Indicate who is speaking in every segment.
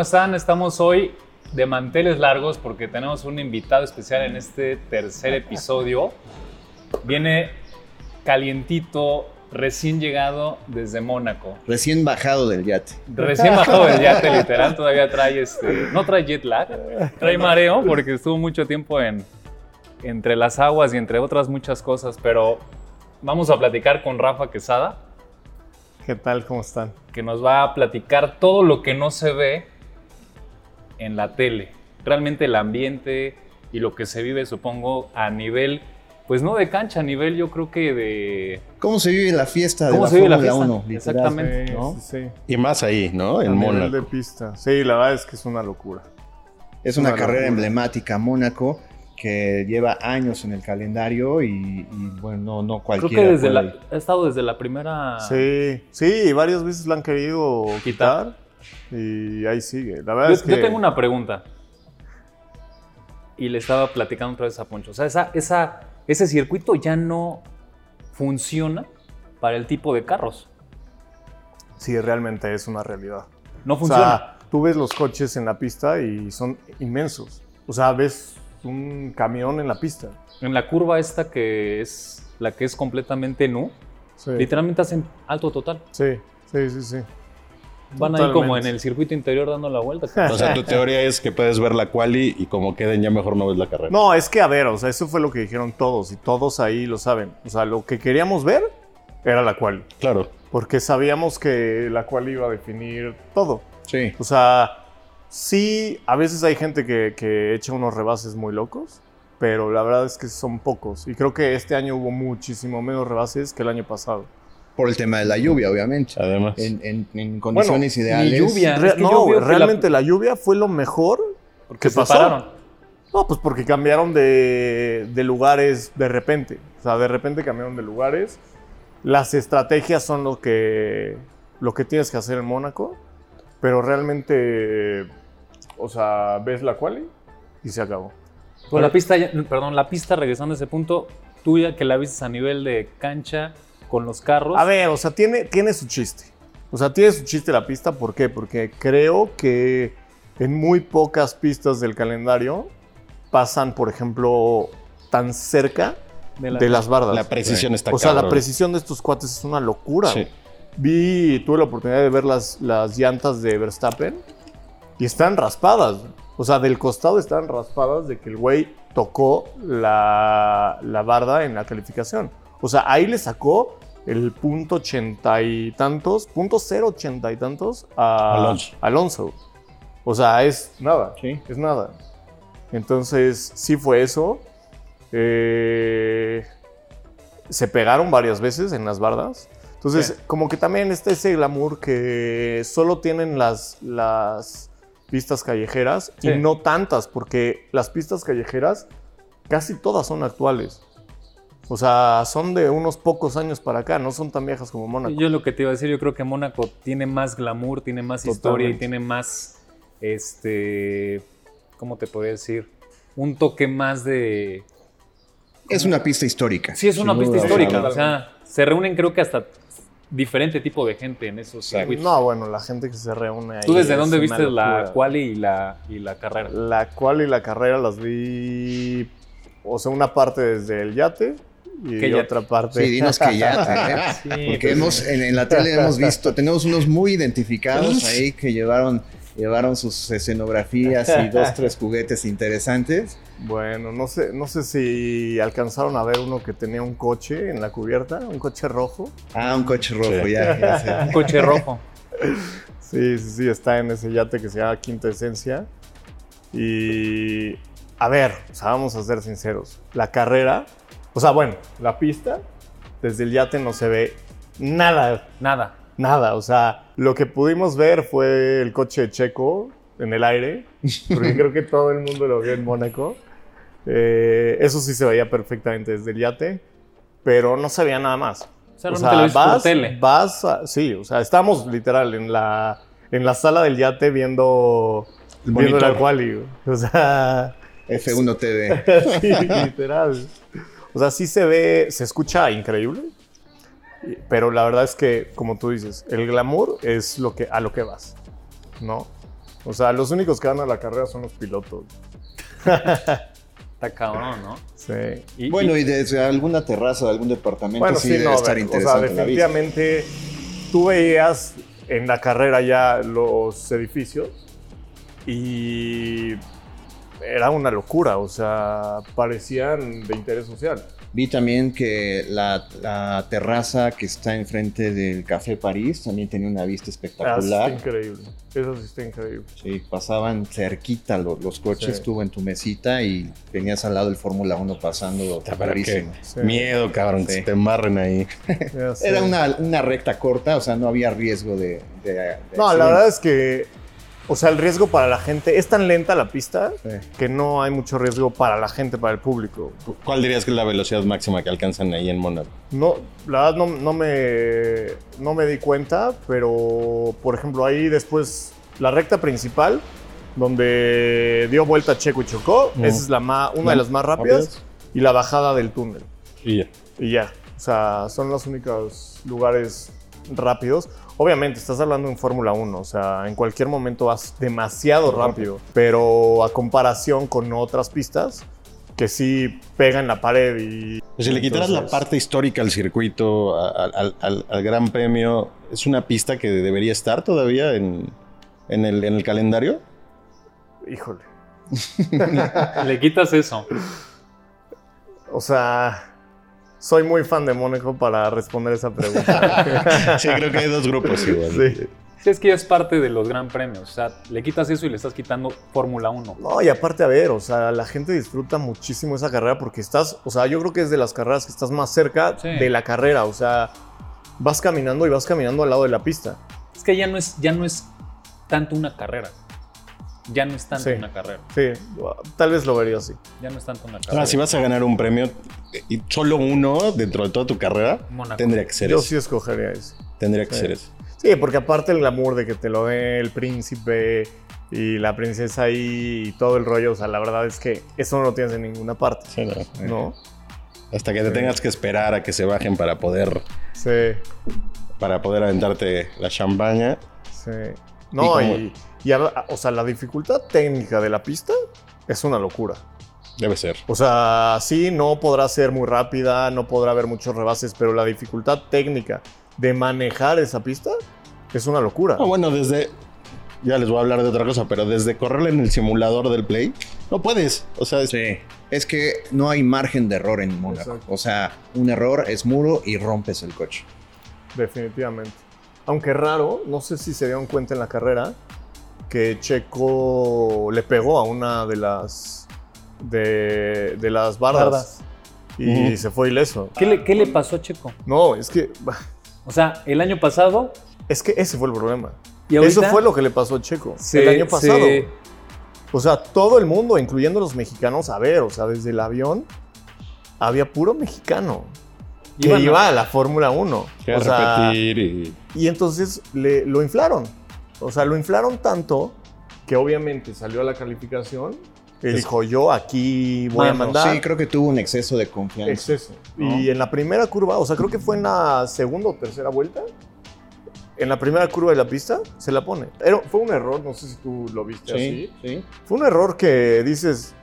Speaker 1: están? Estamos hoy de manteles largos porque tenemos un invitado especial en este tercer episodio. Viene calientito, recién llegado desde Mónaco.
Speaker 2: Recién bajado del yate.
Speaker 1: Recién bajado del yate, literal. Todavía trae este. No trae jet lag, trae mareo porque estuvo mucho tiempo en, entre las aguas y entre otras muchas cosas. Pero vamos a platicar con Rafa Quesada,
Speaker 3: ¿Qué tal? ¿Cómo están?
Speaker 1: que nos va a platicar todo lo que no se ve en la tele. Realmente el ambiente y lo que se vive, supongo, a nivel, pues no de cancha, a nivel yo creo que de...
Speaker 2: ¿Cómo se vive la fiesta de
Speaker 1: ¿Cómo
Speaker 2: la
Speaker 1: se vive la
Speaker 2: Fórmula
Speaker 1: fiesta?
Speaker 2: 1? literal?
Speaker 1: Exactamente.
Speaker 3: Sí,
Speaker 2: ¿no?
Speaker 3: sí, sí.
Speaker 4: Y más ahí, ¿no?
Speaker 3: A
Speaker 4: En
Speaker 3: nivel de
Speaker 4: Mónaco.
Speaker 3: pista. Sí, la verdad es que es una locura.
Speaker 2: Es una,
Speaker 3: Una
Speaker 2: carrera
Speaker 3: locura.
Speaker 2: emblemática, Mónaco, que lleva años en el calendario y, y, bueno, no, no
Speaker 1: Creo
Speaker 2: cualquiera.
Speaker 1: que desde
Speaker 2: puede
Speaker 1: la,
Speaker 2: ir.
Speaker 1: he estado desde la primera...
Speaker 3: Sí, sí, y varias veces la han querido
Speaker 1: Quitar.
Speaker 3: quitar y ahí sigue. La
Speaker 1: Yo,
Speaker 3: verdad es que
Speaker 1: yo tengo una pregunta. Y le estaba platicando otra vez a Poncho. O sea, esa, esa, ese circuito ya no funciona para el tipo de carros.
Speaker 3: sí realmente es una realidad.
Speaker 1: No
Speaker 3: O
Speaker 1: funciona.
Speaker 3: sea, tú ves los coches en la pista y son inmensos. O sea, ves un camión en la pista.
Speaker 1: en la curva esta que es la que es completamente nu,
Speaker 3: Sí,
Speaker 1: literalmente hacen alto total.
Speaker 3: sí, sí, sí. sí.
Speaker 1: Van ahí como en
Speaker 3: Totalmente.
Speaker 1: el circuito interior dando la vuelta.
Speaker 4: O sea, tu teoría es que puedes ver la quali y como queden ya mejor no ves la carrera.
Speaker 3: No, es que a ver, o sea, eso fue lo que dijeron todos y todos ahí lo saben. O sea, lo que queríamos ver era la cual.
Speaker 4: Claro.
Speaker 3: porque sabíamos que la cual iba a definir todo.
Speaker 2: Sí.
Speaker 3: O sea, sí, a veces hay gente que, que echa unos rebases muy locos, pero la verdad es que son pocos. Y creo que este año hubo muchísimo menos rebases que el año pasado.
Speaker 2: Por el tema de la lluvia, obviamente.
Speaker 4: Además.
Speaker 2: En, en- en condiciones
Speaker 1: ni
Speaker 2: ideales.
Speaker 1: lluvia. Es
Speaker 3: Re-
Speaker 1: que yo
Speaker 3: no,
Speaker 1: veo que
Speaker 3: realmente la... lluvia fue lo mejor que
Speaker 1: se
Speaker 3: pasó.
Speaker 1: pararon.
Speaker 3: No, pues porque cambiaron de, de lugares de repente. O sea, de repente cambiaron de lugares. Las estrategias son lo que, lo que tienes que hacer en Mónaco. Pero realmente, o sea, ves la quali y se acabó.
Speaker 1: Pues la pista, ya- perdón, la pista, regresando a ese punto, tuya que la viste a nivel de cancha con los carros.
Speaker 3: A ver, o sea, tiene, tiene su chiste. O sea, tiene su chiste la pista. ¿Por qué? Porque creo que en muy pocas pistas del calendario pasan, por ejemplo, tan cerca
Speaker 1: de la-
Speaker 3: de las bardas.
Speaker 4: La precisión está
Speaker 3: O sea, la
Speaker 4: cabrón.
Speaker 3: precisión de estos cuates es una locura.
Speaker 4: Sí.
Speaker 3: Vi, tuve la oportunidad de ver las, las llantas de Verstappen y están raspadas. O sea, del costado están raspadas de que el güey tocó la, la barda en la calificación. O sea, ahí le sacó el punto ochenta y tantos, punto cero ochenta y tantos a
Speaker 4: Alonso.
Speaker 3: Alonso. O sea, es nada.
Speaker 2: Sí.
Speaker 3: Es nada. Entonces, sí fue eso. Eh, se pegaron varias veces en las bardas. Entonces,
Speaker 1: Sí.
Speaker 3: como que también está ese glamour que solo tienen las, las pistas callejeras
Speaker 1: Sí.
Speaker 3: y no tantas, porque las pistas callejeras casi todas son actuales. O sea, son de unos pocos años para acá, no son tan viejas como Mónaco.
Speaker 1: Yo lo que te iba a decir, yo creo que Mónaco tiene más glamour, tiene más historia y
Speaker 3: Totalmente.
Speaker 1: tiene más, este, ¿cómo te podría decir? Un toque más de,
Speaker 2: Es una pista histórica.
Speaker 1: Sí, es una
Speaker 2: sin
Speaker 1: pista
Speaker 2: duda,
Speaker 1: histórica.
Speaker 2: o sea,
Speaker 1: O sea, se reúnen creo que hasta diferente tipo de gente en esos
Speaker 4: Exacto.
Speaker 1: circuitos.
Speaker 3: No, bueno, la gente que se reúne ahí.
Speaker 1: ¿Tú desde
Speaker 3: es
Speaker 1: dónde
Speaker 3: una
Speaker 1: viste la
Speaker 3: locura.
Speaker 1: quali y la, y la carrera?
Speaker 3: La cual y la carrera las vi, o sea, una parte desde el yate y
Speaker 1: ¿Qué yate?
Speaker 3: otra parte.
Speaker 2: Sí, dinos que ya. ¿eh?
Speaker 3: Ah,
Speaker 2: Porque hemos, en, en la tele hemos visto, tenemos unos muy identificados ahí que llevaron, llevaron sus escenografías y dos, tres juguetes interesantes.
Speaker 3: Bueno, no sé, no sé si alcanzaron a ver uno que tenía un coche en la cubierta, un coche rojo.
Speaker 2: Ah, un coche rojo,
Speaker 4: Sí.
Speaker 2: ya, ya sé.
Speaker 1: Un coche rojo.
Speaker 3: Sí, sí, sí, está en ese yate que se llama Quinta Esencia. Y a ver, o sea, vamos a ser sinceros. La carrera, o sea, bueno, la pista, desde el yate no se ve nada,
Speaker 1: Nada.
Speaker 3: Nada, o sea, lo que pudimos ver fue el coche de checo en el aire, porque creo que todo el mundo lo vio en Mónaco. Eh, eso sí se veía perfectamente desde el yate, pero no se veía nada más.
Speaker 1: O sea, realmente lo viste por tele.
Speaker 3: vas a- sí, o sea, estamos literal en la, en la sala del yate viendo,
Speaker 4: El
Speaker 3: viendo la
Speaker 4: monitor.
Speaker 3: quali, güey. o sea,
Speaker 2: F1 TV.
Speaker 3: sí, literal. O sea, sí se ve, se escucha increíble, y- pero la verdad es que, como tú dices, el glamour es lo que, a lo que vas, ¿no? O sea, los únicos que van a la carrera son los pilotos.
Speaker 1: Está cabrón, ¿no?
Speaker 3: Sí.
Speaker 1: Y-
Speaker 2: Bueno,
Speaker 1: y-
Speaker 2: y desde alguna terraza de algún departamento
Speaker 3: Bueno,
Speaker 2: sí,
Speaker 3: sí,
Speaker 2: debe
Speaker 3: no,
Speaker 2: estar
Speaker 3: o sea,
Speaker 2: interesante la vista.
Speaker 3: definitivamente tú veías en la carrera ya los edificios y era una locura, o sea, parecían de interés social.
Speaker 2: Vi también que la, la terraza que está enfrente del Café París también tenía una vista
Speaker 3: Eso Ah, sí está
Speaker 2: espectacular.
Speaker 3: increíble, eso sí está increíble.
Speaker 2: Sí, pasaban cerquita lo- los coches,
Speaker 3: Sí.
Speaker 2: tú en tu mesita y tenías al lado el Fórmula 1 pasando.
Speaker 4: Está para
Speaker 2: padrísimo.
Speaker 4: que-
Speaker 3: Sí.
Speaker 4: Miedo, cabrón, que
Speaker 2: Sí.
Speaker 4: se te embarren ahí.
Speaker 3: Ya sé.
Speaker 2: Era una, una recta corta, o sea, no había riesgo de... de- de
Speaker 3: No, la verdad es que, o sea, el riesgo para la gente es tan lenta la pista
Speaker 2: accidente. Sí.
Speaker 3: que no hay mucho riesgo para la gente, para el público.
Speaker 4: ¿Cuál dirías que es la velocidad máxima que alcanzan ahí en Mónaco?
Speaker 3: No, la verdad no, no me, no me di cuenta, pero por ejemplo ahí después la recta principal, donde dio vuelta Checo y chocó,
Speaker 4: Mm.
Speaker 3: esa es la ma- una de las más rápidas, y la bajada del túnel.
Speaker 4: Y ya.
Speaker 3: Y ya, o sea, son los únicos lugares rápidos. Obviamente estás hablando en Fórmula 1, o sea, en cualquier momento vas demasiado rápido, pero a comparación con otras pistas que sí pegan la pared y
Speaker 4: Pues si le quitaras la
Speaker 3: Entonces-
Speaker 4: parte histórica al circuito, a- al, al- al- al Gran Premio, ¿es una pista que debería estar todavía en, en el, en el calendario?
Speaker 3: híjole.
Speaker 1: le quitas eso.
Speaker 3: O sea, soy muy fan de Mónaco para responder esa pregunta.
Speaker 4: Sí, creo que hay dos grupos igual.
Speaker 3: Sí.
Speaker 1: Si es que ya es parte de los gran premios. O sea, le quitas eso y le estás quitando Fórmula 1.
Speaker 3: no, y aparte, a ver, o sea, la gente disfruta muchísimo esa carrera porque estás, o sea, yo creo que es de las carreras que estás más cerca
Speaker 1: Sí.
Speaker 3: de la carrera, o sea, vas caminando y vas caminando al lado de la pista.
Speaker 1: Es que ya no es, ya no es tanto una carrera. Ya no es tanto
Speaker 3: Sí.
Speaker 1: una carrera.
Speaker 3: Sí, tal vez lo vería así.
Speaker 1: Ya no es tanto
Speaker 3: Ah,
Speaker 1: una carrera.
Speaker 4: Ahora, si vas a ganar un premio, y solo uno dentro de toda tu carrera,
Speaker 1: Mónaco.
Speaker 4: tendría que ser
Speaker 3: Yo
Speaker 4: ese.
Speaker 3: sí escogería eso.
Speaker 4: Tendría que
Speaker 3: Sí.
Speaker 4: ser ese.
Speaker 3: Sí, porque aparte el glamour de que te lo dé el príncipe y la princesa ahí y todo el rollo, o sea, la verdad es que eso no lo tienes en ninguna parte,
Speaker 4: Sí, no.
Speaker 3: ¿no?
Speaker 4: Hasta que te
Speaker 3: Sí.
Speaker 4: tengas que esperar a que se bajen para poder,
Speaker 3: Sí.
Speaker 4: para poder aventarte la champaña.
Speaker 3: Sí.
Speaker 4: como-
Speaker 3: No, y, y a- o sea, la dificultad técnica de la pista es una locura.
Speaker 4: Debe ser.
Speaker 3: O sea, sí, no podrá ser muy rápida, no podrá haber muchos rebases, pero la dificultad técnica de manejar esa pista es una locura.
Speaker 1: Ah,
Speaker 4: No, Ah, bueno, desde. Ya les voy a hablar de otra cosa, pero desde correr en el simulador del Play, no puedes. O sea, es-
Speaker 2: Sí. Es que no hay margen de error en Mónaco.
Speaker 3: Exacto.
Speaker 2: O sea, un error es muro y rompes el coche.
Speaker 3: Definitivamente. Aunque raro, no sé si se dieron cuenta en la carrera que Checo le pegó a una de las de, de las bardas,
Speaker 1: Bardas.
Speaker 3: y
Speaker 4: Ujú.
Speaker 3: se fue ileso.
Speaker 1: ¿Qué le, qué le pasó a Checo?
Speaker 3: No, es que
Speaker 1: O sea, el año pasado
Speaker 3: Es que ese fue el problema.
Speaker 1: y ahorita...
Speaker 3: Eso fue lo que le pasó a Checo
Speaker 1: se-
Speaker 3: el año pasado.
Speaker 1: se-
Speaker 3: O sea, todo el mundo, incluyendo los mexicanos, a ver, o sea, desde el avión había puro mexicano que
Speaker 1: iban a-
Speaker 3: iba a la Fórmula 1.
Speaker 4: que
Speaker 3: O sea,
Speaker 4: repetir y.
Speaker 3: y entonces le, lo inflaron. O sea, lo inflaron tanto que obviamente salió a la calificación y
Speaker 4: Es-
Speaker 3: dijo, yo aquí voy
Speaker 1: Mano,
Speaker 3: a mandar.
Speaker 2: Sí, creo que tuvo un exceso de confianza.
Speaker 3: Exceso.
Speaker 1: ¿no?
Speaker 3: Y en la primera curva, o sea, creo que fue en la segunda o tercera vuelta, en la primera curva de la pista, se la pone. Era- fue un error, no sé si tú lo viste
Speaker 2: Sí,
Speaker 3: así.
Speaker 2: sí.
Speaker 3: Fue un error que dices,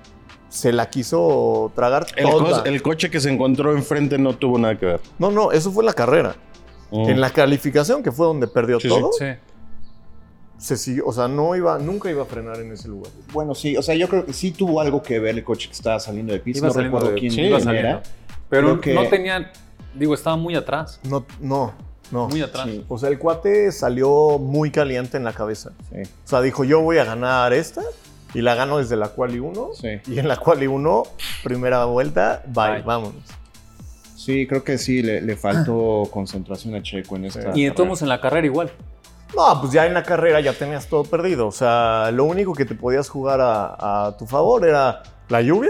Speaker 3: se la quiso tragar
Speaker 4: El,
Speaker 3: toda.
Speaker 4: cos- el coche que se encontró enfrente no tuvo nada que ver.
Speaker 3: No, no, eso fue en la carrera. En la calificación, que fue donde perdió
Speaker 4: Sí, sí.
Speaker 3: todo,
Speaker 1: Sí.
Speaker 3: se siguió, o sea, no iba, nunca iba a frenar en ese lugar.
Speaker 2: Bueno, sí, o sea, yo creo que sí tuvo algo que ver el coche que estaba saliendo de pista.
Speaker 1: Iba
Speaker 2: no
Speaker 1: saliendo
Speaker 2: recuerdo
Speaker 1: de-
Speaker 2: quién,
Speaker 4: sí,
Speaker 1: iba
Speaker 2: quién
Speaker 1: saliendo.
Speaker 2: era.
Speaker 1: Pero
Speaker 2: Creo que-
Speaker 1: no tenía... Digo, estaba muy atrás.
Speaker 3: No, no, no.
Speaker 1: Muy atrás.
Speaker 2: Sí.
Speaker 3: O sea, el cuate salió muy caliente en la cabeza.
Speaker 2: Sí,
Speaker 3: O sea, dijo, yo voy a ganar esta y la gano desde la quali 1.
Speaker 2: sí.
Speaker 3: Y en la quali 1, primera vuelta, bye,
Speaker 1: Bye.
Speaker 3: vámonos.
Speaker 2: Sí, creo que sí, le, le faltó concentración a Checo en esta.
Speaker 1: Y
Speaker 2: carrera.
Speaker 1: entonces en la carrera igual.
Speaker 3: No, pues ya en la carrera ya tenías todo perdido. O sea, lo único que te podías jugar a, a tu favor era la lluvia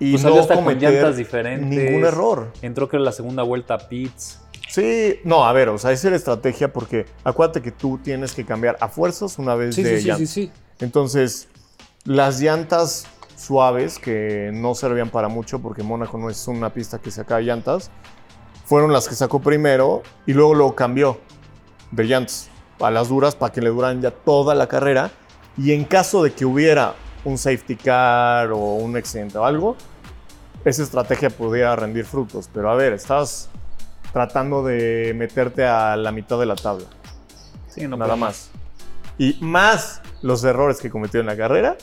Speaker 3: y
Speaker 1: Pues salió
Speaker 3: no
Speaker 1: hasta con llantas
Speaker 3: cometer
Speaker 1: diferentes.
Speaker 3: ningún error.
Speaker 1: Entró que la segunda vuelta a Pitts.
Speaker 3: Sí, no, a ver, o sea, esa era estrategia porque acuérdate que tú tienes que cambiar a fuerzas una vez
Speaker 1: Sí,
Speaker 3: de
Speaker 1: sí, sí,
Speaker 3: llantas.
Speaker 1: sí, sí.
Speaker 3: Entonces, las llantas suaves, que no servían para mucho porque Mónaco no es una pista que saca llantas, fueron las que sacó primero y luego lo cambió de llantas. a las duras para que le duran ya toda la carrera. Y en caso de que hubiera un safety car o un accidente o algo, esa estrategia pudiera rendir frutos. Pero a ver, estás tratando de meterte a la mitad de la tabla.
Speaker 1: Sí, no pues,
Speaker 3: Nada
Speaker 1: podemos.
Speaker 3: más. Y más los errores que cometió en la carrera,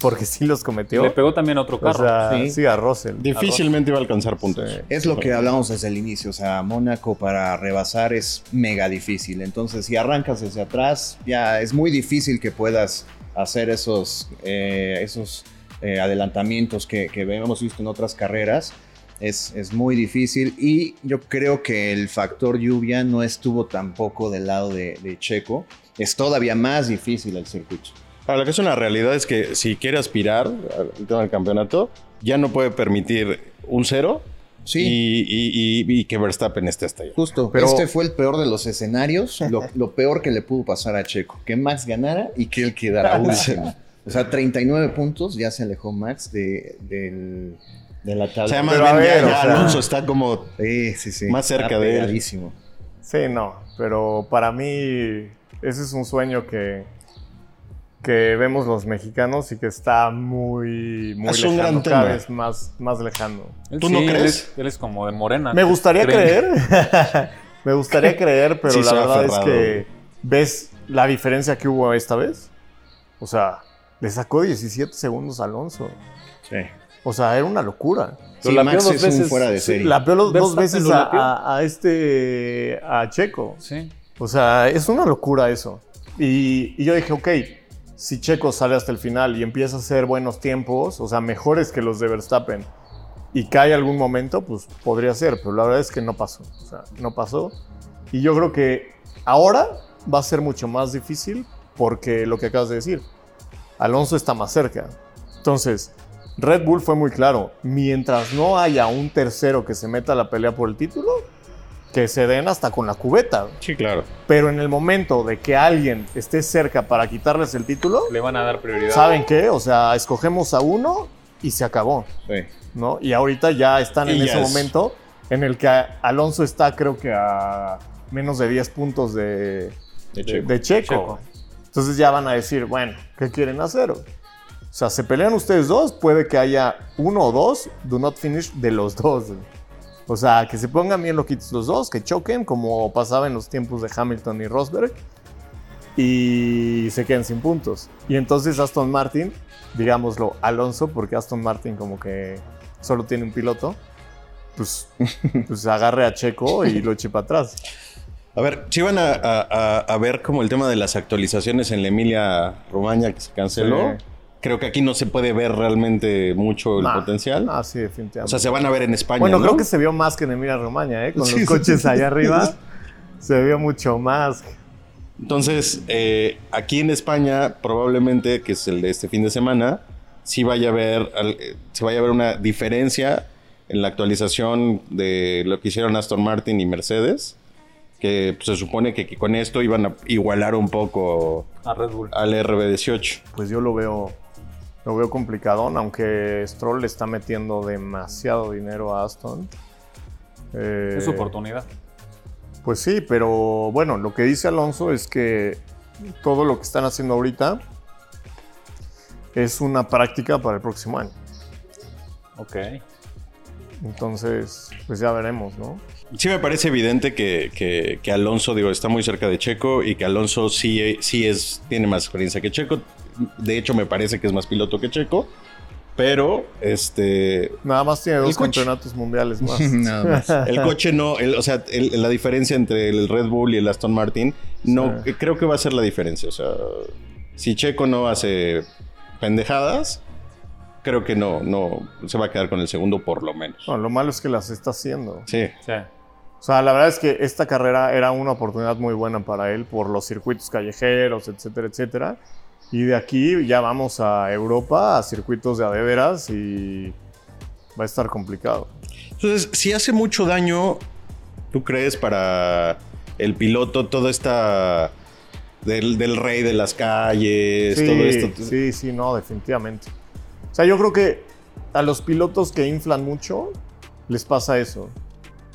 Speaker 3: porque sí los cometió.
Speaker 1: Le pegó también a otro
Speaker 3: O
Speaker 1: carro.
Speaker 3: sea, sí.
Speaker 2: sí.
Speaker 3: a Russell.
Speaker 4: Difícilmente iba a alcanzar puntos.
Speaker 2: Es lo que hablamos desde el inicio, o sea, Mónaco para rebasar es mega difícil, entonces si arrancas desde atrás, ya es muy difícil que puedas hacer esos, eh, esos eh, adelantamientos que, que hemos visto en otras carreras, es, es muy difícil y yo creo que el factor lluvia no estuvo tampoco del lado de, de Checo, es todavía más difícil el circuito.
Speaker 4: Ahora, lo que es una realidad es que si quiere aspirar al al tema del campeonato, ya no puede permitir un cero
Speaker 2: Sí.
Speaker 4: y, y- y- y que Verstappen esté hasta allá.
Speaker 2: Justo,
Speaker 3: Pero-
Speaker 2: este fue el peor de los escenarios, lo, lo peor que le pudo pasar a Checo, que Max ganara y que él quedara último. O sea, 39 puntos, ya se alejó Max de, del- de la tabla.
Speaker 4: O sea, además,
Speaker 3: Pero a
Speaker 4: ven, ya-
Speaker 3: ver,
Speaker 4: ya
Speaker 3: o sea-
Speaker 4: Alonso está como
Speaker 2: sí, sí, sí.
Speaker 4: más cerca de él.
Speaker 2: pegadísimo.
Speaker 3: Sí, no, pero para mí ese es un sueño que, que vemos los mexicanos y que está muy, muy
Speaker 4: Es un
Speaker 3: lejano,
Speaker 4: gran
Speaker 3: cada
Speaker 4: tema.
Speaker 3: vez más, más lejano.
Speaker 1: Él
Speaker 4: ¿tú no
Speaker 1: él
Speaker 4: crees?
Speaker 1: es- Él es como de morena.
Speaker 3: Me gustaría
Speaker 1: Ah, Creen.
Speaker 3: creer, me gustaría creer, pero
Speaker 4: Sí,
Speaker 3: la
Speaker 4: soy
Speaker 3: verdad
Speaker 4: aferrado.
Speaker 3: es que ves la diferencia que hubo esta vez. O sea, le sacó 17 segundos a Alonso.
Speaker 2: Sí.
Speaker 3: O sea, era una locura.
Speaker 1: Lo
Speaker 2: Sí,
Speaker 1: lapeó
Speaker 2: Max
Speaker 1: dos
Speaker 2: es un
Speaker 1: veces,
Speaker 2: fuera de
Speaker 1: sí,
Speaker 2: serie.
Speaker 3: La peor dos
Speaker 1: Verstappen
Speaker 3: veces
Speaker 1: lo
Speaker 3: a,
Speaker 1: lapeó.
Speaker 3: a- a este, a Checo.
Speaker 1: Sí.
Speaker 3: O sea, es una locura eso. Y, y yo dije, ok, si Checo sale hasta el final y empieza a hacer buenos tiempos, o sea, mejores que los de Verstappen, y cae algún momento, pues podría ser, pero la verdad es que no pasó. O sea, no pasó. Y yo creo que ahora va a ser mucho más difícil porque lo que acabas de decir, Alonso está más cerca. Entonces, Red Bull fue muy claro, mientras no haya un tercero que se meta a la pelea por el título, que se den hasta con la cubeta.
Speaker 4: Sí, claro.
Speaker 3: Pero en el momento de que alguien esté cerca para quitarles el título,
Speaker 1: Le van a dar prioridad.
Speaker 3: ¿saben qué? O sea, escogemos a uno y se acabó,
Speaker 2: Sí.
Speaker 3: ¿no? Y ahorita ya están
Speaker 4: Y
Speaker 3: en
Speaker 4: ya
Speaker 3: ese
Speaker 4: es.
Speaker 3: momento en el que a- Alonso está creo que a menos de 10 puntos de,
Speaker 4: De
Speaker 3: de-
Speaker 4: Checo.
Speaker 3: de Checo.
Speaker 1: Checo.
Speaker 3: Entonces ya van a decir, bueno, ¿qué quieren hacer? O sea, se pelean ustedes dos, puede que haya uno o dos do not finish de los dos. güey. O sea, que se pongan bien loquitos los dos, que choquen, como pasaba en los tiempos de Hamilton y Rosberg, y se queden sin puntos. Y entonces Aston Martin, digámoslo, Alonso, porque Aston Martin como que solo tiene un piloto, pues, pues agarre a Checo y lo eche para atrás.
Speaker 4: A ver, si van a, a- a- a ver como el tema de las actualizaciones en la Emilia Romagna que se canceló,
Speaker 3: Sí.
Speaker 4: creo que aquí no se puede ver realmente mucho el
Speaker 3: Nah,
Speaker 4: potencial.
Speaker 3: Ah, sí,
Speaker 4: O
Speaker 3: definitivamente.
Speaker 4: sea, se van a ver en España.
Speaker 3: Bueno,
Speaker 4: ¿no?
Speaker 3: creo que se vio más que en Emilia Romagna, ¿eh? Con
Speaker 4: Sí,
Speaker 3: los
Speaker 4: sí,
Speaker 3: coches
Speaker 4: sí.
Speaker 3: allá arriba se vio mucho más.
Speaker 4: Entonces, eh, aquí en España, probablemente, que es el de este fin de semana, sí vaya a haber, al- eh, se vaya a ver una diferencia en la actualización de lo que hicieron Aston Martin y Mercedes, que pues, se supone que, que con esto iban a igualar un poco
Speaker 1: A Red Bull.
Speaker 4: al RB18.
Speaker 3: Pues yo lo veo, lo veo complicadón, aunque Stroll le está metiendo demasiado dinero a Aston. Eh,
Speaker 1: Es su oportunidad.
Speaker 3: Pues sí, pero bueno, lo que dice Alonso es que todo lo que están haciendo ahorita es una práctica para el próximo año.
Speaker 1: Ok.
Speaker 3: Entonces, pues ya veremos, ¿no?
Speaker 4: Sí me parece evidente que, que- que Alonso, digo, está muy cerca de Checo y que Alonso sí, sí es, tiene más experiencia que Checo. De hecho, me parece que es más piloto que Checo. Pero, este,
Speaker 3: Nada más tiene dos
Speaker 4: coche.
Speaker 3: campeonatos mundiales más.
Speaker 2: Nada más.
Speaker 4: El coche no, el- o sea, el- la diferencia entre el Red Bull y el Aston Martin, no, eh,
Speaker 3: Sí.
Speaker 4: creo que va a ser la diferencia. O sea, si Checo no hace pendejadas, creo que no, no, se va a quedar con el segundo por lo menos.
Speaker 3: No, lo malo es que las está haciendo.
Speaker 4: Sí,
Speaker 1: Sí.
Speaker 3: O sea, la verdad es que esta carrera era una oportunidad muy buena para él por los circuitos callejeros, etcétera, etcétera. Y de aquí ya vamos a Europa, a circuitos de adeveras y va a estar complicado.
Speaker 4: Entonces, si hace mucho daño, ¿tú crees para el piloto toda esta del, del rey de las calles,
Speaker 3: sí,
Speaker 4: todo esto?
Speaker 3: sí, sí, no, definitivamente. O sea, yo creo que a los pilotos que inflan mucho les pasa eso.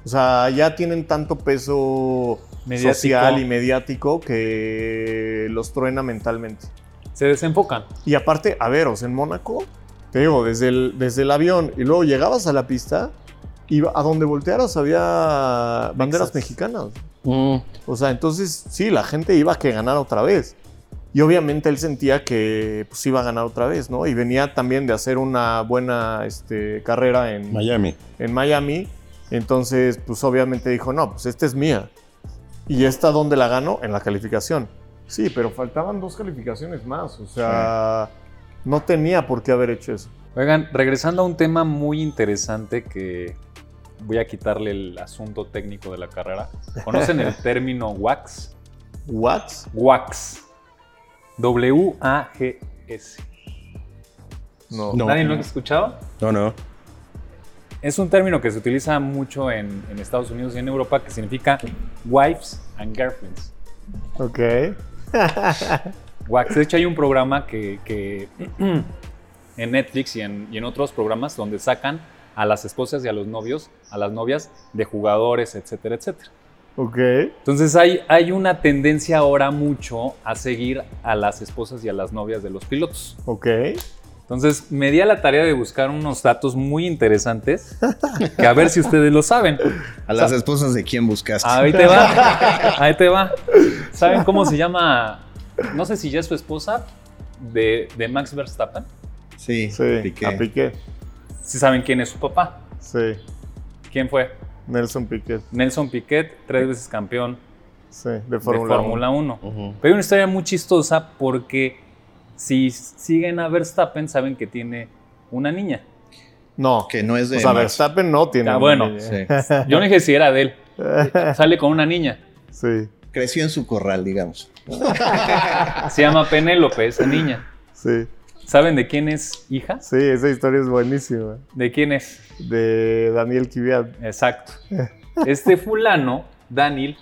Speaker 3: O sea, ya tienen tanto peso
Speaker 1: Mediático.
Speaker 3: social y mediático que los truena mentalmente.
Speaker 1: Se desenfocan.
Speaker 3: Y aparte, a ver, o sea, en Mónaco, te digo, desde el, desde el avión y luego llegabas a la pista y a donde voltearas había banderas mexicanas. O sea, entonces sí, la gente iba a que ganar otra vez. Y obviamente él sentía que pues, iba a ganar otra vez, ¿no? Y venía también de hacer una buena este, carrera en
Speaker 4: Miami.
Speaker 3: en Miami. Entonces, pues obviamente dijo, no, pues esta es mía. ¿Y esta dónde la gano? En la calificación. Sí, pero faltaban dos calificaciones más. O sea, no tenía por qué haber hecho eso.
Speaker 1: Oigan, regresando a un tema muy interesante que voy a quitarle el asunto técnico de la carrera. ¿Conocen el término wax?
Speaker 3: ¿What?
Speaker 1: Wax. W-A-G-S.
Speaker 3: No.
Speaker 4: No.
Speaker 1: ¿Nadie lo ha escuchado?
Speaker 4: No, no.
Speaker 1: Es un término que se utiliza mucho en, en Estados Unidos y en Europa que significa wives and girlfriends.
Speaker 3: Ok.
Speaker 1: Wax. De hecho, hay un programa que, que en Netflix y en, y en otros programas donde sacan a las esposas y a los novios, a las novias de jugadores, etcétera, etcétera.
Speaker 3: Ok.
Speaker 1: Entonces hay, hay una tendencia ahora mucho a seguir a las esposas y a las novias de los pilotos.
Speaker 3: Ok.
Speaker 1: Entonces me di a la tarea de buscar unos datos muy interesantes, que a ver si ustedes lo saben.
Speaker 2: A las esposas de quién buscaste.
Speaker 1: Ahí te va, ahí te va. ¿Saben cómo se llama? No sé si ya es su esposa de, de Max Verstappen.
Speaker 2: sí,
Speaker 3: Sí.
Speaker 2: Piqué.
Speaker 3: A Piqué.
Speaker 1: Si saben quién es su papá.
Speaker 3: Sí.
Speaker 1: ¿Quién fue?
Speaker 3: Nelson Piqué.
Speaker 1: Nelson Piquet, tres veces campeón
Speaker 3: Sí. De Fórmula
Speaker 1: de
Speaker 3: 1.
Speaker 1: Fórmula 1. Pero hay una historia muy chistosa porque si siguen a Verstappen saben que tiene una niña.
Speaker 3: No.
Speaker 2: Que no es de.
Speaker 3: O sea,
Speaker 2: Max.
Speaker 3: Verstappen no tiene.
Speaker 1: Ah,
Speaker 3: una
Speaker 1: bueno.
Speaker 3: niña.
Speaker 2: Sí.
Speaker 1: Yo no dije si era de él. Sale con una niña.
Speaker 3: Sí.
Speaker 2: Creció en su corral, digamos.
Speaker 1: Se llama Penélope, esa niña.
Speaker 3: Sí.
Speaker 1: ¿Saben de quién es hija?
Speaker 3: Sí, esa historia es buenísima.
Speaker 1: ¿De quién es?
Speaker 3: De Daniel Kiviat.
Speaker 1: Exacto. Este fulano, Daniel,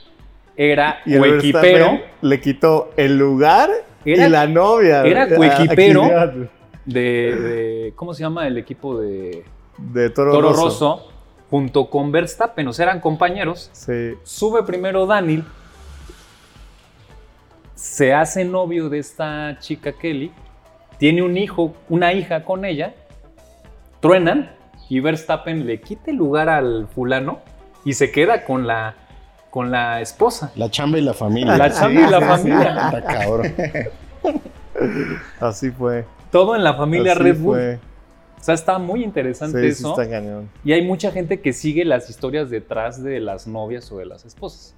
Speaker 1: era
Speaker 3: Y el
Speaker 1: coequipero
Speaker 3: Verstappen le quitó el lugar
Speaker 1: Era-
Speaker 3: y la novia.
Speaker 1: era
Speaker 3: A- a
Speaker 1: coequipero.
Speaker 3: Kvyat,
Speaker 1: de, de- ¿Cómo se llama el equipo de
Speaker 3: De Toro,
Speaker 1: Toro
Speaker 3: Rosso.
Speaker 1: Rosso? Junto con Verstappen, o sea, eran compañeros.
Speaker 3: Sí.
Speaker 1: Sube primero Daniel. Se hace novio de esta chica Kelly. Tiene un hijo, una hija con ella. Truenan y Verstappen le quita el lugar al fulano y se queda con la, con la esposa.
Speaker 4: La chamba y la familia.
Speaker 1: La chamba y la familia.
Speaker 4: Está cabrón.
Speaker 3: Así fue.
Speaker 1: Todo en la familia
Speaker 3: así
Speaker 1: Red Bull.
Speaker 3: fue.
Speaker 1: O sea, está muy
Speaker 3: Sí,
Speaker 1: interesante
Speaker 3: sí
Speaker 1: eso.
Speaker 3: está cañón.
Speaker 1: Y hay mucha gente que sigue las historias detrás de las novias o de las esposas.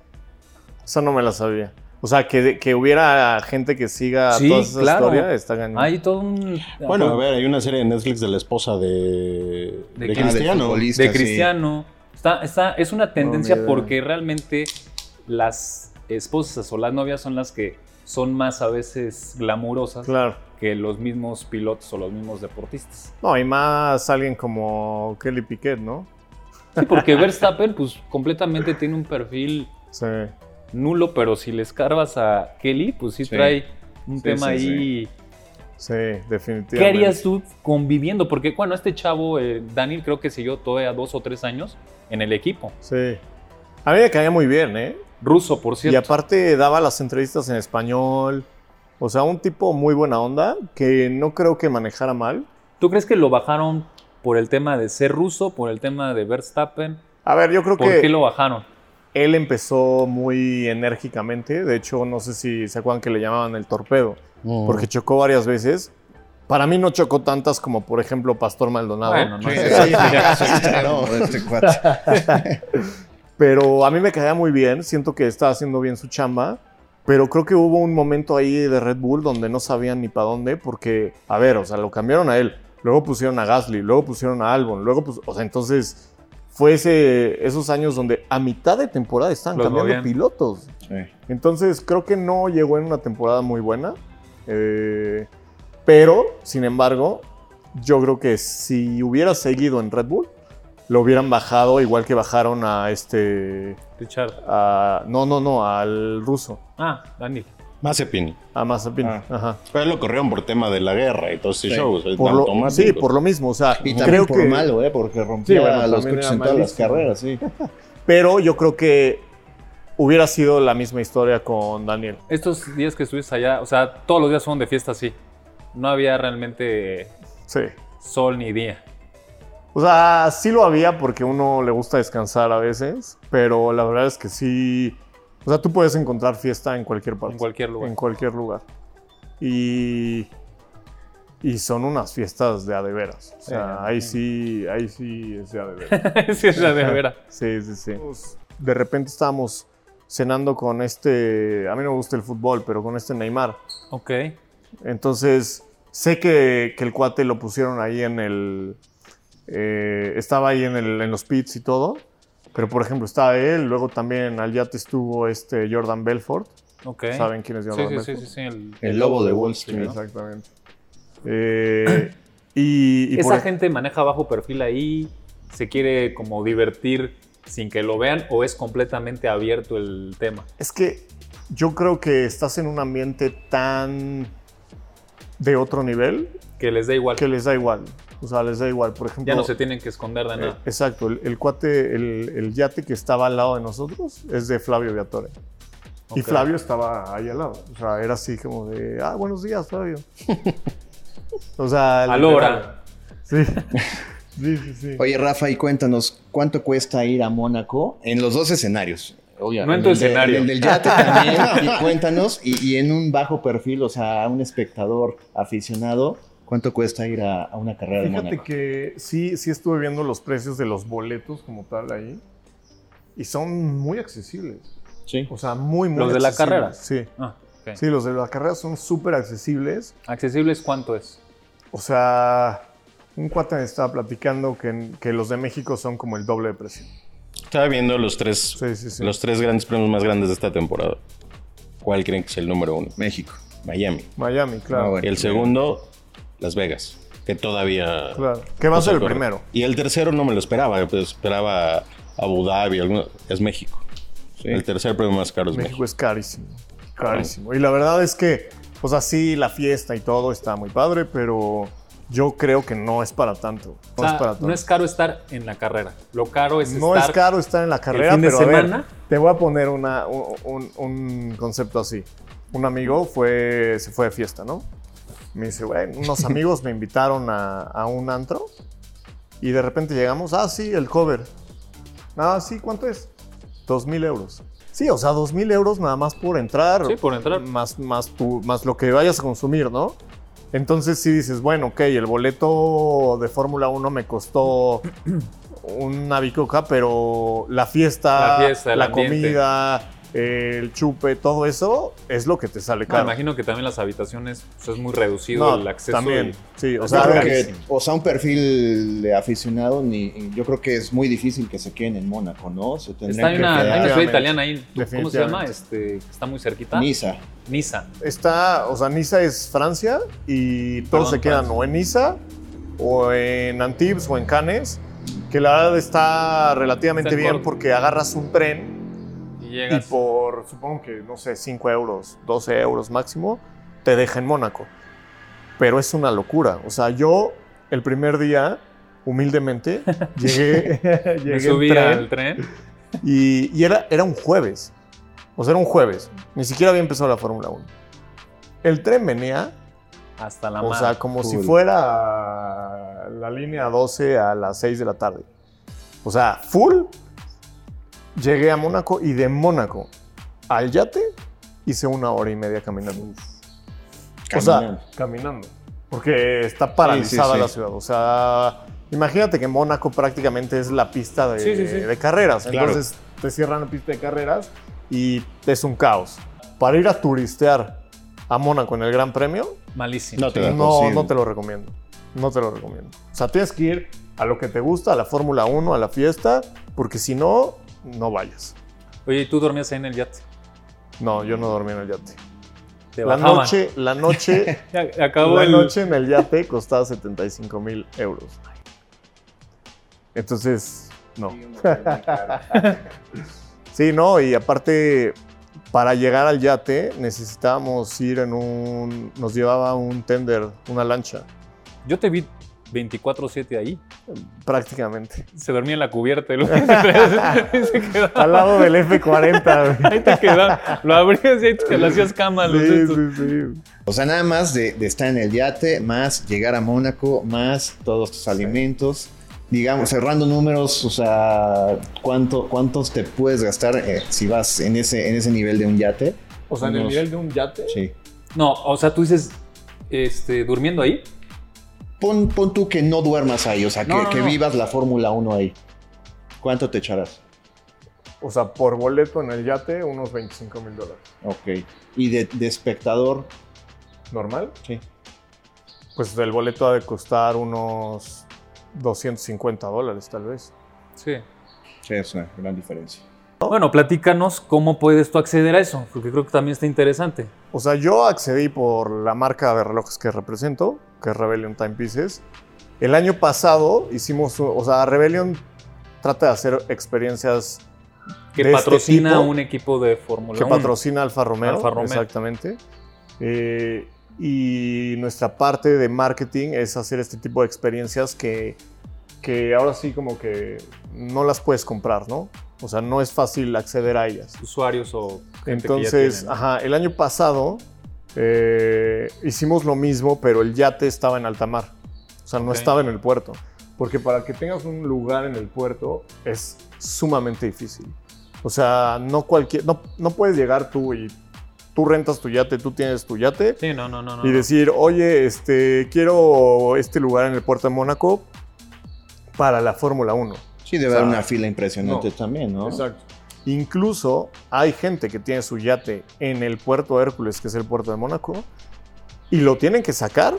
Speaker 3: Eso no me la sabía. O sea, que, de- que hubiera gente que siga
Speaker 1: Sí,
Speaker 3: toda esa
Speaker 1: claro.
Speaker 3: historia, está cañón.
Speaker 1: Hay todo un...
Speaker 4: Bueno, a ver, hay una serie de Netflix de la esposa de,
Speaker 1: ¿De
Speaker 4: de,
Speaker 1: quién?
Speaker 2: Ah,
Speaker 4: Cristiano.
Speaker 2: futbolista,
Speaker 1: de
Speaker 2: sí.
Speaker 1: Cristiano. Está, está, es una tendencia
Speaker 3: No, mira.
Speaker 1: porque realmente las esposas o las novias son las que son más a veces glamurosas
Speaker 3: Claro.
Speaker 1: que los mismos pilotos o los mismos deportistas.
Speaker 3: No, hay más alguien como Kelly Piquet, ¿no?
Speaker 1: Sí, porque Verstappen pues completamente tiene un perfil
Speaker 3: Sí.
Speaker 1: nulo, pero si le escarbas a Kelly, pues sí,
Speaker 2: Sí.
Speaker 1: trae un
Speaker 2: Sí,
Speaker 1: tema
Speaker 2: sí,
Speaker 1: ahí.
Speaker 3: Sí, definitivamente.
Speaker 1: ¿Qué harías tú conviviendo? Porque bueno, este chavo, eh, Daniel, creo que siguió todavía dos o tres años en el equipo.
Speaker 3: Sí. A mí me caía muy bien, ¿eh?
Speaker 1: Ruso, por
Speaker 3: Y
Speaker 1: cierto.
Speaker 3: aparte daba las entrevistas en español. O sea, un tipo muy buena onda que no creo que manejara mal.
Speaker 1: ¿Tú crees que lo bajaron por el tema de ser ruso, por el tema de Verstappen?
Speaker 3: A ver, yo creo
Speaker 1: ¿Por qué
Speaker 3: que
Speaker 1: lo bajaron?
Speaker 3: él empezó muy enérgicamente. De hecho, no sé si se acuerdan que le llamaban el torpedo,
Speaker 4: Mm.
Speaker 3: porque chocó varias veces. Para mí no chocó tantas como, por ejemplo, Pastor Maldonado.
Speaker 1: Bueno, no
Speaker 2: Sí,
Speaker 1: sé.
Speaker 2: sí, ya, soy extremo de este cuate.
Speaker 3: Pero a mí me caía muy bien. Siento que estaba haciendo bien su chamba. Pero creo que hubo un momento ahí de Red Bull donde no sabían ni para dónde. Porque, a ver, o sea, lo cambiaron a él. Luego pusieron a Gasly. Luego pusieron a Albon. Luego, pues, o sea, entonces fue ese, esos años donde a mitad de temporada están
Speaker 1: Los
Speaker 3: cambiando
Speaker 1: movían.
Speaker 3: pilotos.
Speaker 2: Sí.
Speaker 3: Entonces creo que no llegó en una temporada muy buena. eh, pero, sin embargo, yo creo que si hubiera seguido en Red Bull, lo hubieran bajado igual que bajaron a este...
Speaker 1: Richard.
Speaker 3: a- no, no, no, al ruso,
Speaker 1: Ah, Daniel.
Speaker 4: Mazepin.
Speaker 3: a Mazepin.
Speaker 2: Ah.
Speaker 3: Ajá.
Speaker 4: Pero lo corrieron por tema de la guerra y todo ese
Speaker 2: Sí.
Speaker 4: show. o sea,
Speaker 3: Por lo,
Speaker 4: automático.
Speaker 3: sí, por lo mismo. O sea,
Speaker 2: Y
Speaker 3: creo
Speaker 2: también por
Speaker 3: que...
Speaker 2: malo, ¿eh? Porque rompía
Speaker 3: Sí, bueno,
Speaker 2: a los
Speaker 3: también
Speaker 2: coches
Speaker 3: era
Speaker 2: en todas las
Speaker 3: malísimo.
Speaker 2: carreras, sí.
Speaker 3: Pero yo creo que hubiera sido la misma historia con Daniel.
Speaker 1: Estos días que estuviste allá, o sea, todos los días fueron de fiesta así. No había realmente
Speaker 3: Sí.
Speaker 1: sol ni día.
Speaker 3: O sea, sí lo había porque uno le gusta descansar a veces, pero la verdad es que sí. O sea, tú puedes encontrar fiesta en cualquier parte.
Speaker 1: En cualquier lugar.
Speaker 3: En cualquier lugar. Y. Y son unas fiestas de a de veras. O sea, ahí sí, ahí sí es de a de veras.
Speaker 1: sí, es la de vera.
Speaker 3: Sí, sí, sí. De repente estábamos cenando con este, a mí no me gusta el fútbol, pero con este Neymar.
Speaker 1: Ok.
Speaker 3: Entonces, sé que, que el cuate lo pusieron ahí en el, eh, estaba ahí en, el- en los pits y todo, pero por ejemplo estaba él, luego también al yate estuvo este Jordan Belfort.
Speaker 1: Ok.
Speaker 3: ¿Saben quién es
Speaker 1: Sí,
Speaker 3: Jordan
Speaker 1: sí,
Speaker 3: Belfort?
Speaker 1: sí, sí, sí, el-
Speaker 2: El lobo de Wall
Speaker 3: Sí,
Speaker 2: Street.
Speaker 3: exactamente. Eh, y, y por e-
Speaker 1: Esa
Speaker 3: ej-
Speaker 1: gente maneja bajo perfil ahí, se quiere como divertir sin que lo vean o es completamente abierto el tema.
Speaker 3: Es que yo creo que estás en un ambiente tan de otro nivel
Speaker 1: Que les da igual.
Speaker 3: que les da igual. O sea, les da igual. Por ejemplo,
Speaker 1: ya no se tienen que esconder de
Speaker 3: eh,
Speaker 1: nada.
Speaker 3: exacto, el, el cuate, el, el yate que estaba al lado de nosotros es de Flavio Viatore. Y
Speaker 1: Ok.
Speaker 3: Flavio estaba ahí al lado. O sea, era así como de, ah, buenos días, Flavio. o sea,
Speaker 1: Al
Speaker 3: literal.
Speaker 1: hora.
Speaker 3: Sí. sí, sí, sí.
Speaker 2: Oye, Rafa, y cuéntanos, ¿cuánto cuesta ir a Mónaco en los dos escenarios? Obviamente.
Speaker 1: No en tu
Speaker 2: el de-
Speaker 1: escenario.
Speaker 2: el del yate también. y cuéntanos, y, y en un bajo perfil, o sea, a un espectador aficionado, ¿cuánto cuesta ir a, a una carrera de
Speaker 3: Fíjate
Speaker 2: Mónaco?
Speaker 3: que sí, sí estuve viendo los precios de los boletos como tal ahí. Y son muy accesibles.
Speaker 2: Sí.
Speaker 3: O sea, muy, muy
Speaker 1: ¿Los de la
Speaker 3: accesibles.
Speaker 1: carrera?
Speaker 3: Sí.
Speaker 1: Ah, ok.
Speaker 3: Sí, los de la carrera son súper accesibles.
Speaker 1: ¿Accesibles cuánto es?
Speaker 3: O sea, un cuate me estaba platicando que, que los de México son como el doble de precio.
Speaker 4: Estaba viendo los tres,
Speaker 3: Sí, sí, sí.
Speaker 4: los tres grandes premios más grandes de esta temporada. ¿Cuál creen que es el número uno?
Speaker 2: México.
Speaker 4: Miami.
Speaker 3: Miami, claro.
Speaker 2: Ah, bueno.
Speaker 4: El segundo, Las Vegas, que todavía...
Speaker 3: Claro. Que va a
Speaker 4: no se
Speaker 3: ser el
Speaker 4: corre.
Speaker 3: primero.
Speaker 4: Y el tercero no me lo esperaba, pues, esperaba Abu Dhabi, alguno- es México. El tercer premio más caro es México.
Speaker 3: México es carísimo. Carísimo. Y la verdad es que, o sea, sí, la fiesta y todo está muy padre, pero yo creo que no es para tanto.
Speaker 1: O
Speaker 3: No
Speaker 1: sea,
Speaker 3: es para tanto.
Speaker 1: no es caro estar en la carrera. Lo caro es
Speaker 3: No
Speaker 1: estar
Speaker 3: es caro estar en la carrera,
Speaker 1: fin de
Speaker 3: pero a ver,
Speaker 1: semana.
Speaker 3: te voy a poner una, un, un- un concepto así. Un amigo fue, se fue de fiesta, ¿no? Me dice, güey, unos amigos me invitaron a, a un antro y de repente llegamos, ah, sí, el cover. Ah, sí, ¿cuánto es? Dos mil euros. Sí, o sea, dos mil euros nada más por entrar.
Speaker 1: Sí, por entrar.
Speaker 3: Más, más, tu, más lo que vayas a consumir, ¿no? Entonces sí dices, bueno, ok, el boleto de Fórmula 1 me costó una bicoca, pero la fiesta,
Speaker 1: La fiesta, el ambiente.
Speaker 3: comida, el chupe, todo eso es lo que te sale
Speaker 1: No,
Speaker 3: caro.
Speaker 1: imagino que también las habitaciones pues, es muy reducido
Speaker 3: No,
Speaker 1: el acceso.
Speaker 3: también,
Speaker 1: y-
Speaker 3: sí, o
Speaker 2: O
Speaker 3: sea,
Speaker 2: sea,
Speaker 1: Claro
Speaker 2: creo
Speaker 1: que-
Speaker 2: que, o sea, un perfil de aficionado, ni, yo creo que es muy difícil que se queden en Mónaco, ¿no? Se
Speaker 1: Está
Speaker 2: tendrían
Speaker 1: hay
Speaker 2: que
Speaker 1: una, hay una
Speaker 2: quedar
Speaker 1: ciudad italiana ahí. ¿Cómo se
Speaker 3: Definitivamente.
Speaker 1: llama? Este, que está muy cerquita.
Speaker 2: en Niza.
Speaker 1: Niza.
Speaker 3: está, o sea, Niza es Francia y todos
Speaker 1: Perdón,
Speaker 3: se quedan
Speaker 1: Francia.
Speaker 3: o en Niza o en Antibes o en Cannes, que la verdad está relativamente
Speaker 1: Está en
Speaker 3: bien
Speaker 1: corto.
Speaker 3: porque agarras un tren
Speaker 1: Y
Speaker 3: Y
Speaker 1: llegas.
Speaker 3: por, supongo que, no sé, 5 euros, 12 euros máximo, te deja en Mónaco. Pero es una locura. O sea, yo el primer día, humildemente, llegué,
Speaker 1: me
Speaker 3: llegué en
Speaker 1: subí
Speaker 3: tren
Speaker 1: al tren.
Speaker 3: y, y era, era un jueves. O sea, era un jueves. Ni siquiera había empezado la Fórmula 1. El tren venía,
Speaker 1: Hasta la
Speaker 3: o
Speaker 1: madre.
Speaker 3: sea, como si
Speaker 2: Cool.
Speaker 3: fuera la línea 12 a las 6 de la tarde. O sea, full. Llegué a Mónaco y de Mónaco al yate hice una hora y media caminando. O sea,
Speaker 2: Caminando.
Speaker 3: caminando. Porque está paralizada
Speaker 2: Sí, sí, sí.
Speaker 3: la ciudad. O sea, imagínate que Mónaco prácticamente es la pista de,
Speaker 1: Sí, sí, sí.
Speaker 3: de carreras.
Speaker 4: Claro.
Speaker 3: Entonces te cierran la pista de carreras y es un caos. Para ir a turistear a Mónaco en el Gran Premio,
Speaker 1: Malísimo.
Speaker 4: No te da.
Speaker 3: no,
Speaker 2: posible.
Speaker 3: no te lo recomiendo. No te lo recomiendo. O sea, tienes que ir a lo que te gusta, a la Fórmula 1, a la fiesta, porque si no, no vayas.
Speaker 1: Oye, ¿y tú dormías ahí en el yate?
Speaker 3: No, yo no dormí en el yate.
Speaker 1: Te
Speaker 3: La
Speaker 1: bajaban.
Speaker 3: noche, la noche,
Speaker 1: Ya- Acabó
Speaker 3: la
Speaker 1: el...
Speaker 3: noche en el yate costaba 75 mil euros. Entonces, no. Sí, no, y aparte, para llegar al yate necesitábamos ir en un. Nos llevaba un tender, una lancha.
Speaker 1: Yo te vi 24-7 ahí.
Speaker 3: prácticamente.
Speaker 1: Se dormía en la cubierta el UX3. Y se quedaba.
Speaker 3: Al lado del F40. güey.
Speaker 1: Ahí te quedaba. Lo abrías y ahí te lo hacías cama. los
Speaker 3: Sí,
Speaker 1: estos.
Speaker 3: sí, sí.
Speaker 2: O sea, nada más de, de estar en el yate, más llegar a Mónaco, más todos tus alimentos. Digamos, cerrando números, o sea, ¿cuánto, ¿cuántos te puedes gastar eh, si vas en ese, en ese nivel de un yate?
Speaker 3: O sea, en el
Speaker 2: Unos-
Speaker 3: nivel de un yate.
Speaker 2: Sí.
Speaker 1: No, o sea, tú dices, este, durmiendo ahí.
Speaker 2: Pon, pon tú que no duermas ahí, o sea, que,
Speaker 1: No, no,
Speaker 2: que
Speaker 1: no.
Speaker 2: vivas la Fórmula 1 ahí. ¿Cuánto te echarás?
Speaker 3: O sea, por boleto en el yate, unos 25 mil dólares.
Speaker 2: Ok. ¿Y de, de espectador?
Speaker 3: ¿Normal?
Speaker 2: Sí.
Speaker 3: Pues el boleto ha de costar unos 250 dólares, tal vez.
Speaker 1: Sí.
Speaker 2: Sí, es una gran diferencia.
Speaker 1: Bueno, platícanos cómo puedes tú acceder a eso, porque creo que también está interesante.
Speaker 3: O sea, yo accedí por la marca de relojes que represento, que es Rebellion Timepieces. El año pasado hicimos, un- o sea, Rebellion trata de hacer experiencias
Speaker 1: Que
Speaker 3: De este
Speaker 1: patrocina
Speaker 3: tipo,
Speaker 1: un equipo de Fórmula
Speaker 3: que
Speaker 1: 1.
Speaker 3: patrocina Alfa Romeo.
Speaker 1: Alfa Romeo.
Speaker 3: Exactamente. Eh, y nuestra parte de marketing es hacer este tipo de experiencias que, que ahora sí como que no las puedes comprar, ¿no? O sea, no es fácil acceder a ellas.
Speaker 1: Usuarios o gente
Speaker 3: Entonces,
Speaker 1: que ya tiene, ¿no?
Speaker 3: ajá, el año pasado eh, hicimos lo mismo, pero el yate estaba en alta mar. O sea, no
Speaker 1: Ok.
Speaker 3: estaba en el puerto. Porque para que tengas un lugar en el puerto es sumamente difícil. O sea, no cualquier. No, no puedes llegar tú y tú rentas tu yate, tú tienes tu yate
Speaker 1: Sí, Ah. no, no, no. no.
Speaker 3: y decir, oye, este, quiero este lugar en el puerto de Mónaco para la Fórmula 1.
Speaker 2: Sí, debe
Speaker 3: O sea,
Speaker 2: haber una fila impresionante
Speaker 3: no.
Speaker 2: también, ¿no?
Speaker 3: Exacto. Incluso hay gente que tiene su yate en el puerto Hércules, que es el puerto de Mónaco, y lo tienen que sacar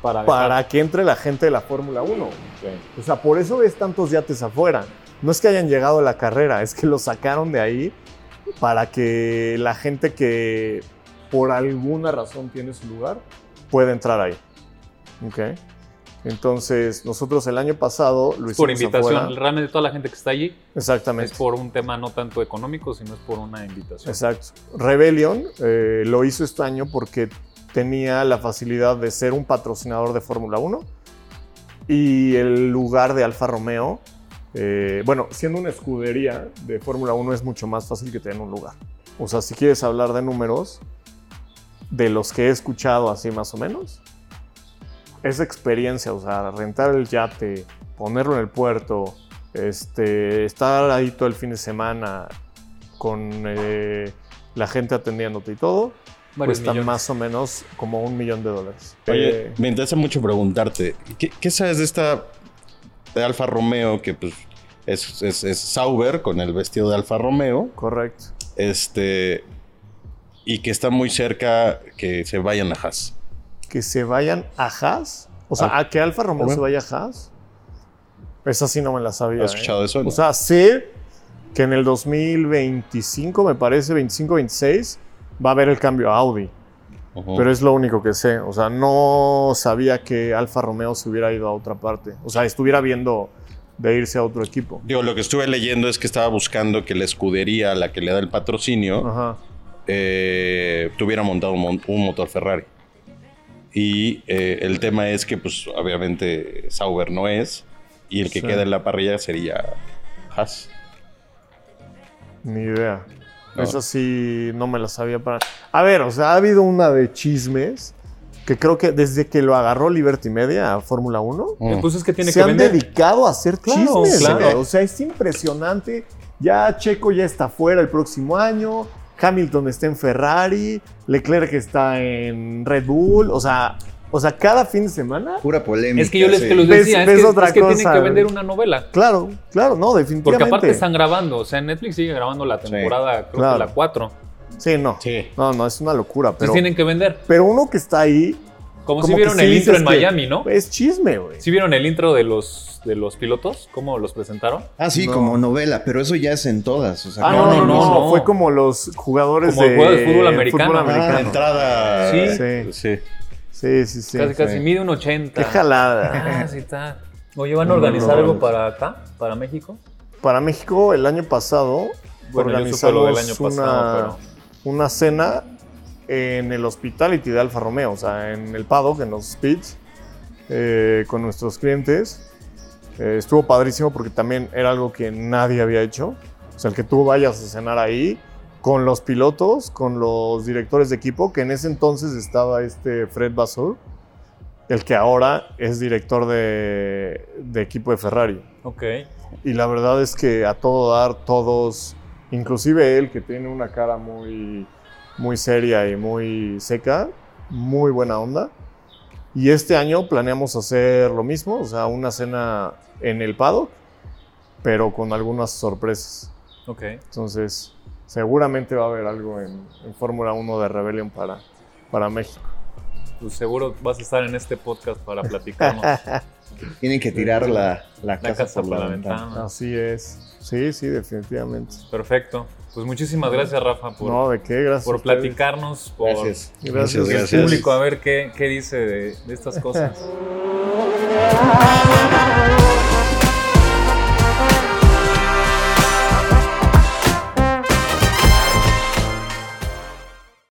Speaker 1: para,
Speaker 3: para que entre la gente de la Fórmula 1. O sea, por eso ves tantos yates afuera. No es que hayan llegado a la carrera, es que lo sacaron de ahí para que la gente que por alguna razón tiene su lugar pueda entrar ahí. ¿Ok? Entonces, nosotros el año pasado lo hicimos
Speaker 1: por invitación.
Speaker 3: afuera.
Speaker 1: Realmente toda la gente que está allí es
Speaker 3: Exactamente.
Speaker 1: por un tema no tanto económico, sino es por una invitación.
Speaker 3: Exacto. Rebellion eh, lo hizo este año porque tenía la facilidad de ser un patrocinador de Fórmula 1 y el lugar de Alfa Romeo. eh, bueno, siendo una escudería de Fórmula 1 es mucho más fácil que te den un lugar. O sea, si quieres hablar de números, de los que he escuchado así más o menos, esa experiencia, o sea, rentar el yate, ponerlo en el puerto, este, estar ahí todo el fin de semana, con eh, la gente atendiéndote y todo,
Speaker 1: Varios
Speaker 3: cuesta
Speaker 1: millones.
Speaker 3: más o menos como un millón de dólares.
Speaker 4: Oye,
Speaker 3: Eh,
Speaker 4: me interesa mucho preguntarte, ¿qué, qué sabes de esta de Alfa Romeo que pues, es, es- es Sauber con el vestido de Alfa Romeo?
Speaker 3: correcto.
Speaker 4: Este. Y que está muy cerca que se vayan a Haas.
Speaker 3: Que se vayan a Haas. O sea,
Speaker 4: Ah.
Speaker 3: a que Alfa Romeo
Speaker 4: Romeo.
Speaker 3: se vaya a Haas. Esa sí no me la sabía.
Speaker 4: ¿Has escuchado
Speaker 3: ¿eh?
Speaker 4: eso? no?
Speaker 3: O sea, sé que en el 2025, me parece, 25-26, va a haber el cambio a Audi.
Speaker 4: Ujú.
Speaker 3: Pero es lo único que sé. O sea, no sabía que Alfa Romeo se hubiera ido a otra parte. O sea, estuviera viendo de irse a otro equipo.
Speaker 4: Digo, lo que estuve leyendo es que estaba buscando que la escudería, a la que le da el patrocinio,
Speaker 3: Ajá.
Speaker 4: eh, tuviera montado un, mon- un motor Ferrari. Y eh, el tema es que, pues, obviamente, Sauber no es. Y el que
Speaker 3: Sí.
Speaker 4: queda en la parrilla sería Haas.
Speaker 3: Ni idea.
Speaker 4: No.
Speaker 3: Esa sí no me la sabía para. A ver, o sea, ha habido una de chismes que creo que desde que lo agarró Liberty Media a Fórmula 1,
Speaker 1: Eh, Pues es que tiene
Speaker 3: se
Speaker 1: que
Speaker 3: han
Speaker 1: vender.
Speaker 3: dedicado a hacer
Speaker 1: Claro,
Speaker 3: chismes.
Speaker 1: claro.
Speaker 3: güey. O sea, es impresionante. Ya Checo ya está fuera el próximo año. Hamilton está en Ferrari. Leclerc está en Red Bull. O sea, o sea cada fin de semana.
Speaker 2: Pura polémica.
Speaker 1: Es que yo les
Speaker 2: sí.
Speaker 1: que los
Speaker 3: Ves-
Speaker 1: decía, es
Speaker 3: ves
Speaker 1: que,
Speaker 3: otra
Speaker 1: es que
Speaker 3: cosa,
Speaker 1: tienen que vender
Speaker 3: güey.
Speaker 1: una novela.
Speaker 3: Claro, claro, no,
Speaker 1: Porque
Speaker 3: definitivamente.
Speaker 1: aparte están grabando, o sea, Netflix sigue grabando la temporada, creo
Speaker 3: claro.
Speaker 1: que la 4. Entonces
Speaker 3: Sí, no.
Speaker 4: Sí.
Speaker 3: No, no, es una locura. Pero,
Speaker 1: tienen que vender.
Speaker 3: pero uno que está ahí
Speaker 1: Como, si
Speaker 3: Como que
Speaker 1: vieron
Speaker 3: sí
Speaker 1: el intro
Speaker 3: dices
Speaker 1: en
Speaker 3: que-
Speaker 1: Miami, ¿no?
Speaker 3: Es chisme, güey.
Speaker 1: Si vieron el intro de los, de los pilotos, cómo los presentaron.
Speaker 2: Ah, sí,
Speaker 3: No.
Speaker 2: como novela, pero eso ya es en todas. O sea,
Speaker 3: Ah,
Speaker 1: No,
Speaker 3: no, no, no,
Speaker 1: no, no.
Speaker 3: Fue como los jugadores
Speaker 1: Como el
Speaker 3: de,
Speaker 1: juego de fútbol americano.
Speaker 3: fútbol
Speaker 2: Ah,
Speaker 4: La
Speaker 3: americano.
Speaker 4: entrada.
Speaker 3: Sí.
Speaker 4: Sí.
Speaker 3: Sí, sí, sí.
Speaker 1: casi, casi
Speaker 2: sí.
Speaker 1: mide un 80.
Speaker 3: Qué jalada.
Speaker 1: Ah, sí está. Oye, ¿van a
Speaker 3: No, no,
Speaker 1: organizar
Speaker 3: no,
Speaker 1: algo
Speaker 3: no.
Speaker 1: para acá, para México?
Speaker 3: Para México, el año pasado,
Speaker 1: Bueno, yo supe
Speaker 3: organizamos
Speaker 1: lo del año pasado,
Speaker 3: una, una cena en el Hospitality de Alfa Romeo, o sea, en el paddock, en los pits. eh, con nuestros clientes. Eh, estuvo padrísimo porque también era algo que nadie había hecho. O sea, el que tú vayas a cenar ahí con los pilotos, con los directores de equipo, que en ese entonces estaba este Fred Basur, el que ahora es director de, de equipo de Ferrari.
Speaker 1: Ok.
Speaker 3: Y la verdad es que a todo dar, todos, inclusive él que tiene una cara muy, muy seria y muy seca, muy buena onda. Y este año planeamos hacer lo mismo, o sea, una cena en el paddock, pero con algunas sorpresas.
Speaker 1: Ok.
Speaker 3: Entonces, seguramente va a haber algo en, en Fórmula 1 de Rebellion para, para México.
Speaker 1: Pues seguro vas a estar en este podcast para platicarnos
Speaker 2: Tienen que tirar la, la
Speaker 1: la
Speaker 2: casa,
Speaker 1: casa por la ventana.
Speaker 3: Así es. Sí, sí, definitivamente.
Speaker 1: Perfecto. Pues muchísimas gracias, Rafa, por,
Speaker 3: no, ¿de qué? Gracias. a
Speaker 1: por
Speaker 3: ustedes.
Speaker 1: platicarnos, por
Speaker 2: Gracias.
Speaker 3: Gracias.
Speaker 4: Muchas
Speaker 1: el
Speaker 4: gracias.
Speaker 1: público a ver qué, qué dice de, de estas cosas.